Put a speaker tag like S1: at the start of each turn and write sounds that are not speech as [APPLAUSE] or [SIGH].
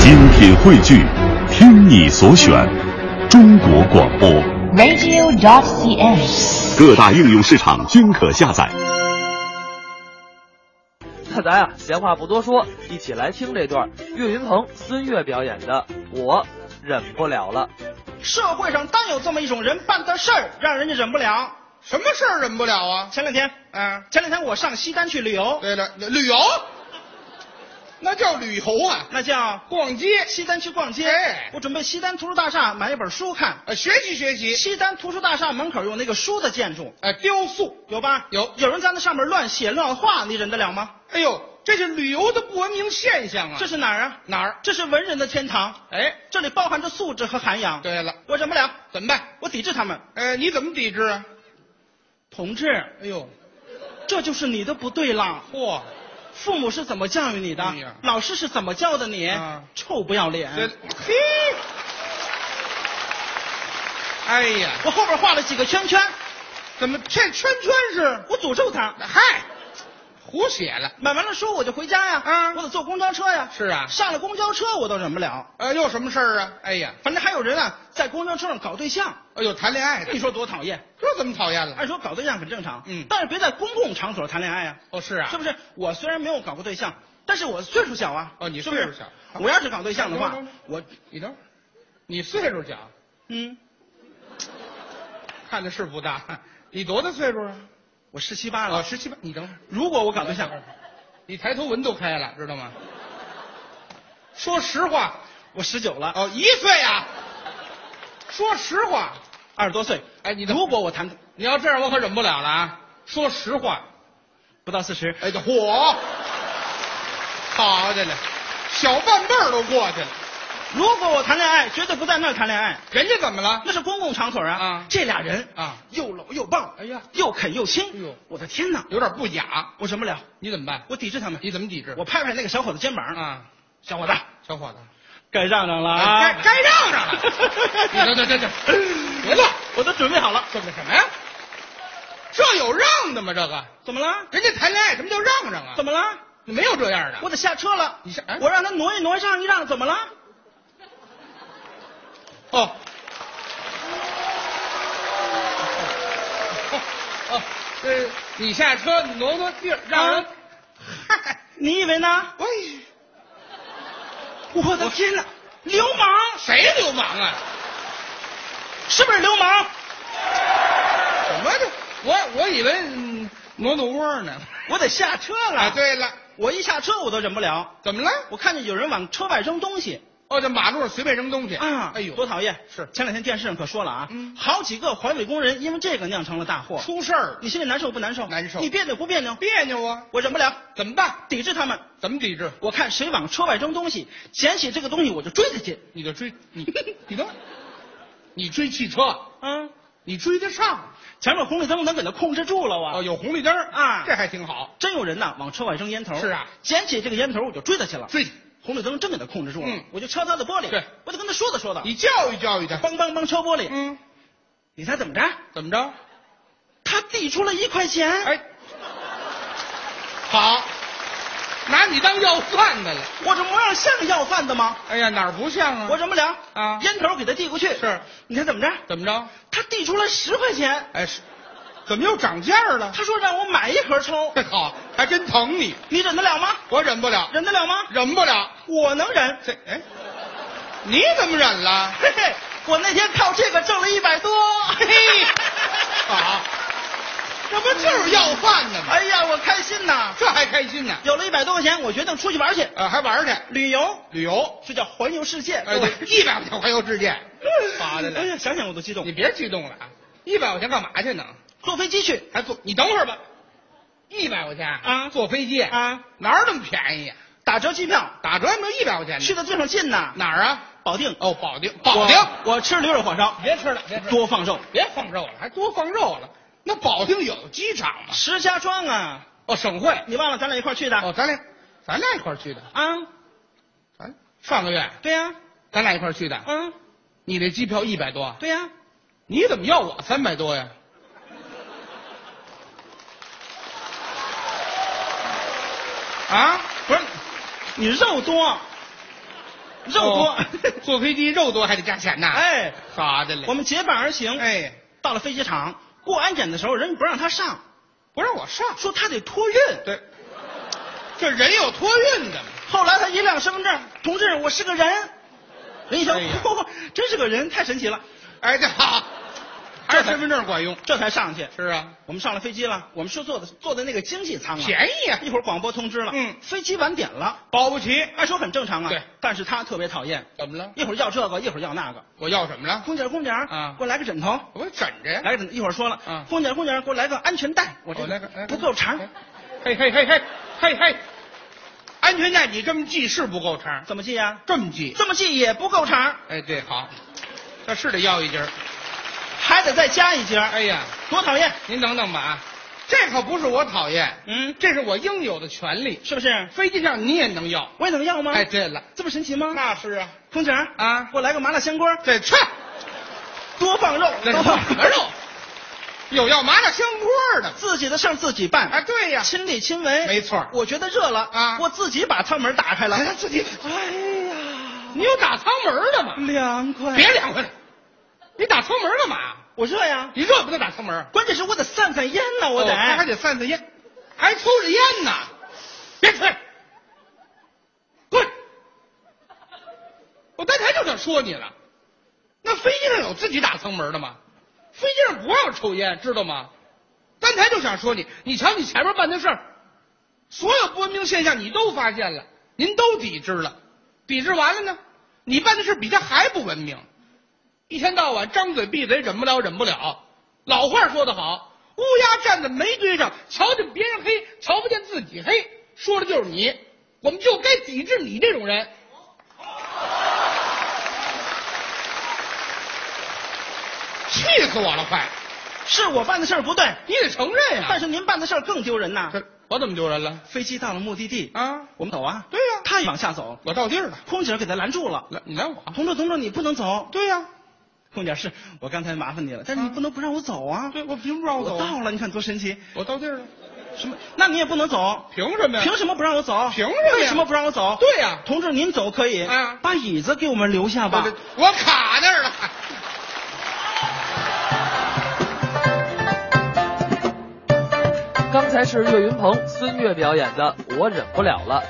S1: 精品汇聚，听你所选，中国广播。
S2: radio.cn。
S1: 各大应用市场均可下载。
S3: 那咱呀，闲话不多说，一起来听这段岳云鹏、孙越表演的《我忍不了了》。
S4: 社会上单有这么一种人办的事儿，让人家忍不了。
S5: 什么事儿忍不了啊？
S4: 前两天，
S5: 啊，
S4: 前两天我上西单去旅游，
S5: 对了，旅旅游，那叫旅游啊，
S4: 那叫
S5: 逛街，
S4: 西单去逛街。
S5: 哎
S4: 我准备西单图书大厦买一本书看。
S5: 呃，学习学习，
S4: 西单图书大厦门口有那个书的建筑，
S5: 哎，雕塑，
S4: 有吧？
S5: 有
S4: 有人在那上面乱写乱画，你忍得了吗？
S5: 哎呦，这是旅游的不文明现象啊！
S4: 这是哪儿啊？
S5: 哪儿？
S4: 这是文人的天堂，
S5: 哎，
S4: 这里包含着素质和涵养。
S5: 对了，
S4: 我忍不了，
S5: 怎么办？
S4: 我抵制他们。
S5: 呃，你怎么抵制啊？
S4: 同志，
S5: 哎呦，
S4: 这就是你的不对了。
S5: 嚯，
S4: 父母是怎么教育你的？
S5: 哎呀
S4: 老师是怎么教的你？
S5: 啊
S4: 臭不要脸！
S5: 这嘿，哎呀，
S4: 我后边画了几个圈圈，
S5: 怎么这圈圈是？
S4: 我诅咒他。
S5: 嗨，胡写了。
S4: 买完了书我就回家呀，
S5: 啊
S4: 我得坐公交车呀。
S5: 是啊
S4: 上了公交车我都忍不了。
S5: 呃，又什么事儿啊？哎呀，
S4: 反正还有人啊，在公交车上搞对象，
S5: 哎呦，谈恋爱的
S4: 你，说多讨厌？
S5: 这怎么讨厌了？
S4: 按说搞对象很正常，
S5: 嗯
S4: 但是别在公共场所谈恋爱啊，
S5: 哦，是啊，
S4: 是不是？我虽然没有搞过对象，但是我岁数小啊。
S5: 哦你
S4: 是不是
S5: 岁数小
S4: 我要是搞对象的话
S5: 等等，
S4: 我
S5: 你等会儿，你岁数小，
S4: 嗯，
S5: 看着是不大。你多大岁数啊？
S4: 我十七八
S5: 啊，
S4: 了。
S5: 十七八。你等会儿，
S4: 如果我搞对象，
S5: 你抬头纹都开了，知道吗？说实话，
S4: 我十九了，
S5: 哦，一岁啊。说实话，
S4: 二十多岁。
S5: 哎，你等会儿
S4: 如果我谈
S5: 你要这样，我可忍不了了啊！说实话，
S4: 不到四十，
S5: 哎，火，好家伙，小半辈儿都过去了，
S4: 如果我谈恋爱，绝对不在那儿谈恋爱，
S5: 人家怎么了？
S4: 那是公共场所啊。
S5: 啊
S4: 这俩人
S5: 啊，
S4: 又搂又抱，
S5: 哎呀
S4: 又啃又亲。
S5: 哎呦
S4: 我的天哪，
S5: 有点不雅，
S4: 我忍不了，
S5: 你怎么办？
S4: 我抵制他们。
S5: 你怎么抵制？
S4: 我拍拍那个小伙子肩膀，
S5: 啊，
S4: 小伙子，
S5: 小伙子，
S4: 该让让了
S5: 哎
S4: 啊，
S5: 该该让让了
S4: [LAUGHS]
S5: 你等等等等别乱
S4: 我都准备好了。
S5: 怎么什么呀？这有让的吗？这个
S4: 怎么了？
S5: 人家谈恋爱什么叫让让啊？
S4: 怎么了？
S5: 没有这样的？
S4: 我得下车了。
S5: 你下哎
S4: 我让他挪一挪，让一让，怎么了？
S5: 哦。哦，对，你下车挪挪地儿，让人
S4: 啊。你以为呢？
S5: 喂，
S4: 我的天哪！流氓
S5: 谁流氓啊？
S4: 是不是流氓？
S5: 什么这？我我以为嗯挪挪窝呢。
S4: 我得下车了。
S5: 啊，，对了，
S4: 我一下车我都忍不了，
S5: 怎么了？
S4: 我看见有人往车外扔东西。
S5: 哦，这马路上随便扔东西
S4: 啊，
S5: 哎呦，
S4: 多讨厌！
S5: 是
S4: 前两天电视上可说了啊，
S5: 嗯
S4: 好几个环卫工人因为这个酿成了大祸，
S5: 出事儿了，
S4: 你心里难受不难受？
S5: 难受
S4: 你别扭不别扭？
S5: 别扭啊？
S4: 我忍不了，
S5: 怎么办？
S4: 抵制他们。
S5: 怎么抵制？
S4: 我看谁往车外扔东西，捡起这个东西我就追他去。
S5: 你就追
S4: [LAUGHS]
S5: 你，你等会儿，你追汽车，
S4: 嗯，
S5: 你追得上
S4: 前面红绿灯能给他控制住了
S5: 哦，
S4: 啊。
S5: 有红绿灯儿
S4: 啊
S5: 这还挺好，
S4: 真有人呐，往车外扔烟头。
S5: 是啊
S4: 捡起这个烟头我就追他去了。
S5: 追去
S4: 红绿灯真给他控制住了，
S5: 嗯
S4: 我就敲他的玻璃。
S5: 对
S4: 我就跟他说道说道，
S5: 你教育教育他。
S4: 梆梆梆敲玻璃。
S5: 嗯，
S4: 你猜怎么着？
S5: 怎么着？
S4: 他递出了一块钱。
S5: 哎，好，拿你当要饭的了。
S4: 我这模样像要饭的吗？
S5: 哎呀，哪儿不像啊？
S4: 我忍不了
S5: 啊
S4: 烟头给他递过去。
S5: 是，
S4: 你猜怎么着？
S5: 怎么着？
S4: 他递出了十块钱，
S5: 哎，是，怎么又涨价了？
S4: 他说让我买一盒抽，
S5: 嘿 [LAUGHS] 好，还真疼你，
S4: 你忍得了吗？
S5: 我忍不了，
S4: 忍得了吗？
S5: 忍不了。
S4: 我能忍。
S5: 这哎，你怎么忍了？
S4: [LAUGHS] 嘿嘿，我那天靠这个挣了一百多。嘿
S5: 嘿，
S4: [LAUGHS]
S5: 好，这不啊就是要饭的吗？
S4: 哎呀，我开心呐！
S5: 这还开心呢？
S4: 有了一百多块钱，我决定出去玩去，
S5: 呃，还玩去
S4: 旅游，
S5: 旅游？
S4: 这叫环游世界。
S5: 哎，对，一百块钱环游世界，
S4: [LAUGHS]
S5: 好的
S4: 哎
S5: 嘞！
S4: 呀，想想我都激动
S5: 你。别激动了啊！一百块钱干嘛去呢？
S4: 坐飞机去
S5: 还坐？你等会儿吧。一百块钱
S4: 啊
S5: 坐飞机，
S4: 啊，
S5: 哪儿那么便宜啊？
S4: 打折机票，
S5: 打折也没有一百块钱
S4: 去
S5: 呢。
S4: 的最上近呐。
S5: 哪儿啊？
S4: 保定，
S5: 哦，保定，保定。
S4: 我我吃驴肉火烧，
S5: 别吃了，别吃了，
S4: 多放肉。
S5: 别放肉了，还多放肉了。那保定有机场吗？
S4: 石家庄啊，
S5: 哦，省会。
S4: 你忘了咱俩一块儿去的？
S5: 哦，咱俩，咱俩一块儿去的。
S4: 啊，
S5: 咱上个月
S4: 对呀、
S5: 咱俩一块儿去的。
S4: 嗯，
S5: 你这机票一百多，
S4: 对呀、
S5: 你怎么要我三百多呀？ [LAUGHS] 啊，不是，
S4: 你肉多，肉多。
S5: 哦 [LAUGHS] 坐飞机肉多还得加钱呐。，
S4: 哎，
S5: 好的嘞，
S4: 我们结伴而行。，
S5: 哎
S4: 到了飞机场过安检的时候，人家不让他上，
S5: 不让我上，
S4: 说他得托运。
S5: 对，这人有托运的嘛，
S4: 后来他一亮身份证，同志，我是个人。人一瞧，
S5: 哎呀
S4: 嚯 [LAUGHS] 真是个人，太神奇了，
S5: 哎这好，还是身份证管用。
S4: 这才上去。
S5: 是啊，
S4: 我们上了飞机了，我们是坐的坐的那个经济舱啊，
S5: 便宜啊
S4: 一会儿广播通知了，
S5: 嗯
S4: 飞机晚点了，
S5: 保不齐。
S4: 按说很正常啊。
S5: 对，
S4: 但是他特别讨厌，
S5: 怎么了？
S4: 一会儿要这个，一会儿要那个。
S5: 我要什么了？
S4: 空姐儿，空姐儿
S5: 啊
S4: 给我来个枕头，
S5: 我枕着呀。
S4: 来个枕头。一会儿说了，
S5: 啊
S4: 空姐儿，空姐儿，给我来个安全带，我这
S5: 我那个哎
S4: 不够长，
S5: 嘿嘿嘿嘿嘿嘿，安全带你这么系是不够长，
S4: 怎么系呀、
S5: 这么系。
S4: 这么系也不够长，
S5: 哎，对，好，这是得要一截儿。
S4: 还得再加一节儿，
S5: 哎呀，
S4: 多讨厌！
S5: 您等等吧啊，这可不是我讨厌，
S4: 嗯，
S5: 这是我应有的权利。
S4: 是不是？
S5: 飞机上你也能要。
S4: 我也能要吗？
S5: 哎，对了，
S4: 这么神奇吗？
S5: 那是啊，
S4: 空姐儿
S5: 啊
S4: 给我来个麻辣香锅，
S5: 对，去，
S4: 多放肉，
S5: 那
S4: 多
S5: 是
S4: 放
S5: 什么肉？有要麻辣香锅的吗？
S4: 自己的事儿自己办。
S5: 哎，对呀，
S4: 亲力亲为，
S5: 没错儿
S4: 我觉得热了
S5: 啊
S4: 我自己把舱门打开了。
S5: 哎自己
S4: 哎呀，
S5: 你有打舱门的吗？
S4: 凉快！
S5: 别，凉快了，你打舱门干嘛？
S4: 我热呀。
S5: 你热不得打舱门？啊
S4: 关键是我得散散烟呢，我
S5: 哦
S4: 得。
S5: 还还得散散烟，还抽着烟呢，别吹，滚！我刚才就想说你了，那飞机上有自己打舱门的吗？飞机上不让抽烟，知道吗？刚才就想说你，你瞧你前面办的事儿，所有不文明现象你都发现了，您都抵制了，抵制完了呢，你办的事比他还不文明。一天到晚张嘴闭嘴，忍不了，忍不了。老话说得好，乌鸦站在煤堆上，瞧见别人黑，瞧不见自己黑。说的就是你，我们就该抵制你这种人。气死我了，快！
S4: 是我办的事儿不对，
S5: 你得承认呀、
S4: 但是您办的事儿更丢人呐。
S5: 这我怎么丢人了？
S4: 飞机到了目的地，
S5: 啊，
S4: 我们走啊。
S5: 对呀
S4: 他也往下走，
S5: 我到地儿了。
S4: 空姐给他拦住了。
S5: 来，你来我。啊
S4: 同志，同志，你不能走。
S5: 对呀、
S4: 空姐是我刚才麻烦你了，但是你
S5: 啊
S4: 不能不让我走啊。
S5: 对，我凭什么让我走
S4: 我
S5: 啊？
S4: 到了，你看多神奇。
S5: 我到地儿了，
S4: 什么？那你也不能走。
S5: 凭什么呀？
S4: 凭什么不让我走？
S5: 啊凭什么呀
S4: 为什么不让我走？
S5: 对呀
S4: 同志，您走可以，
S5: 啊
S4: 把椅子给我们留下吧。
S5: 我这我卡那儿了。
S3: 刚才是岳云鹏、孙越表演的《我忍不了了》。